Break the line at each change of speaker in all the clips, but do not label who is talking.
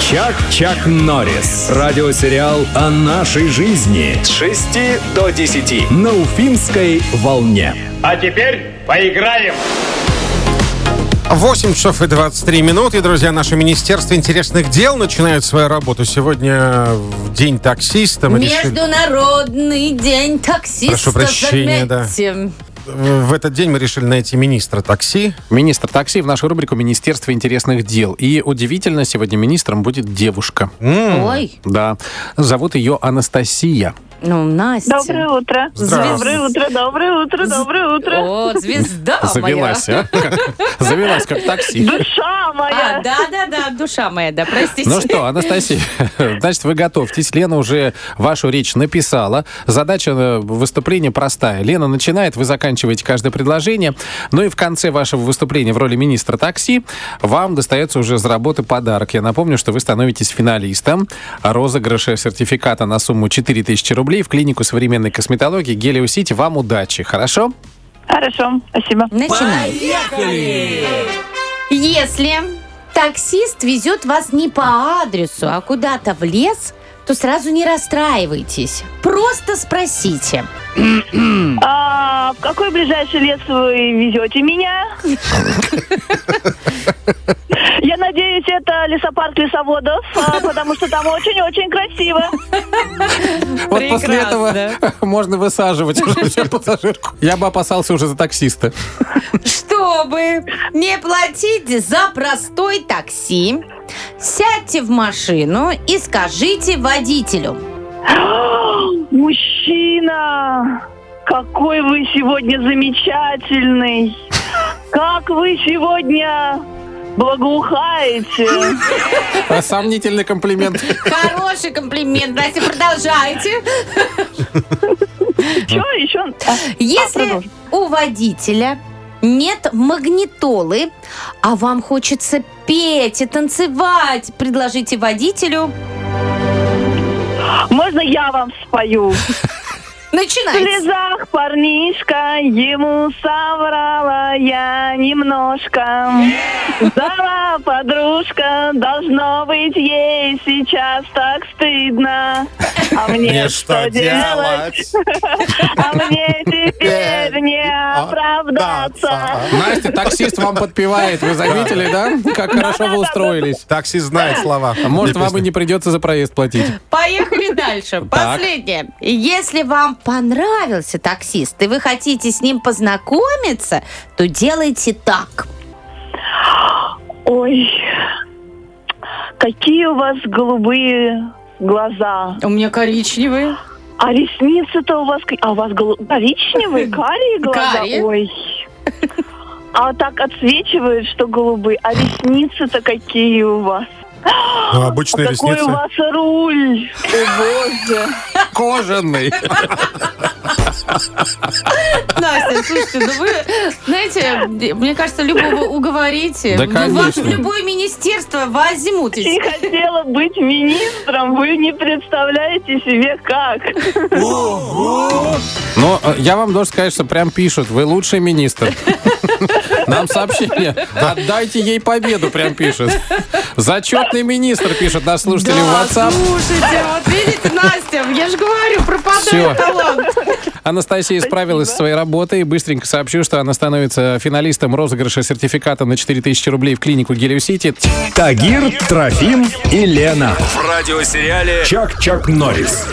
Чак-Чак Норрис. Радиосериал о нашей жизни. С 6 до 10 на Уфимской волне.
А теперь поиграем!
8 часов и 23 минуты. И, друзья, наше Министерство интересных дел начинает свою работу. Сегодня в день таксиста. мы решили-
Международный день таксиста.
Прошу прощения, да.
заметьте.
э, В этот день мы решили найти министра такси.
Министр такси в нашу рубрику «Министерство интересных дел». И удивительно, сегодня министром будет девушка.
Ой,
Да, зовут ее Анастасия.
ну, Настя.
Доброе утро.
Здравствуйте.
Доброе утро, доброе утро, доброе утро.
О, звезда
Завелась,
моя.
а? Как- Завелась, как такси.
Душа моя.
А, да-да-да, душа моя, да, простите.
Ну что, Анастасия, значит, вы готовьтесь. Лена уже вашу речь написала. Задача э, выступления простая. Лена начинает, вы заканчиваете каждое предложение. Ну и в конце вашего выступления в роли министра такси вам достается уже с работы подарок. Я напомню, что вы становитесь финалистом розыгрыша сертификата на сумму 4000 рублей в клинику современной косметологии Гелио-Сити. Вам удачи, хорошо?
Хорошо, спасибо.
Начинай. Если таксист везет вас не по адресу, а куда-то в лес, то сразу не расстраивайтесь. Просто спросите.
А, в какой ближайший лес вы везете меня? Я надеюсь, это лесопарк лесоводов, а, потому что там очень-очень красиво.
Вот после этого
Прекрасно.
можно высаживать уже всю пассажирку. Я бы опасался уже за таксиста.
Чтобы не платить за простой такси, сядьте в машину и скажите водителю.
Мужчина, какой вы сегодня замечательный. Как вы сегодня благоухаете.
Сомнительный комплимент.
Хороший комплимент, Настя, продолжайте.
Что еще?
Если
продолжим.
у водителя нет магнитолы, а вам хочется петь и танцевать, предложите водителю.
Можно я вам спою? В
Начинайте.
слезах парнишка, ему соврала я немножко. Дала подружка, должно быть ей сейчас так стыдно. А мне что делать? А мне теперь не оправдаться.
Настя, таксист вам подпевает. Вы заметили, да? Как хорошо вы устроились. А
Такси знает слова.
Может,
Для
вам и
песни.
не придется за проезд платить.
Поехали дальше. Последнее. Если вам понравился таксист и вы хотите с ним познакомиться, то делайте так.
Ой, какие у вас голубые глаза.
У меня коричневые.
А ресницы-то у вас... к- А у вас гол- коричневые, карие глаза?
Карие.
Ой. А так отсвечивают, что голубые. А ресницы-то какие у вас?
Ну, обычные
а какой
ресницы.
у вас руль? О, боже.
Кожаный.
Настя, слушайте, ну вы, знаете, мне кажется, любого уговорите.
Да,
Вас в
конечно.
любое министерство возьмут.
И хотела быть министром. Вы не представляете себе как.
Но э, я вам должен сказать, что прям пишут, вы лучший министр. Нам сообщение. Отдайте ей победу, прям пишут. Зачетный министр, пишет наш слушатель
Да,
в WhatsApp.
слушайте, вот видите, Настя, я же говорю,
Всё.
пропадает талант.
Анастасия справилась со своей работой. Быстренько сообщу, что она становится финалистом розыгрыша сертификата на 4000 рублей в клинику Гелиосити.
Тагир, Трофим и Лена. В радиосериале Чак-Чак Норрис.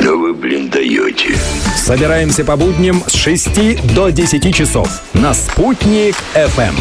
Да вы, блин, даете.
Собираемся по будням с 6 до 10 часов на «Спутник ФМ».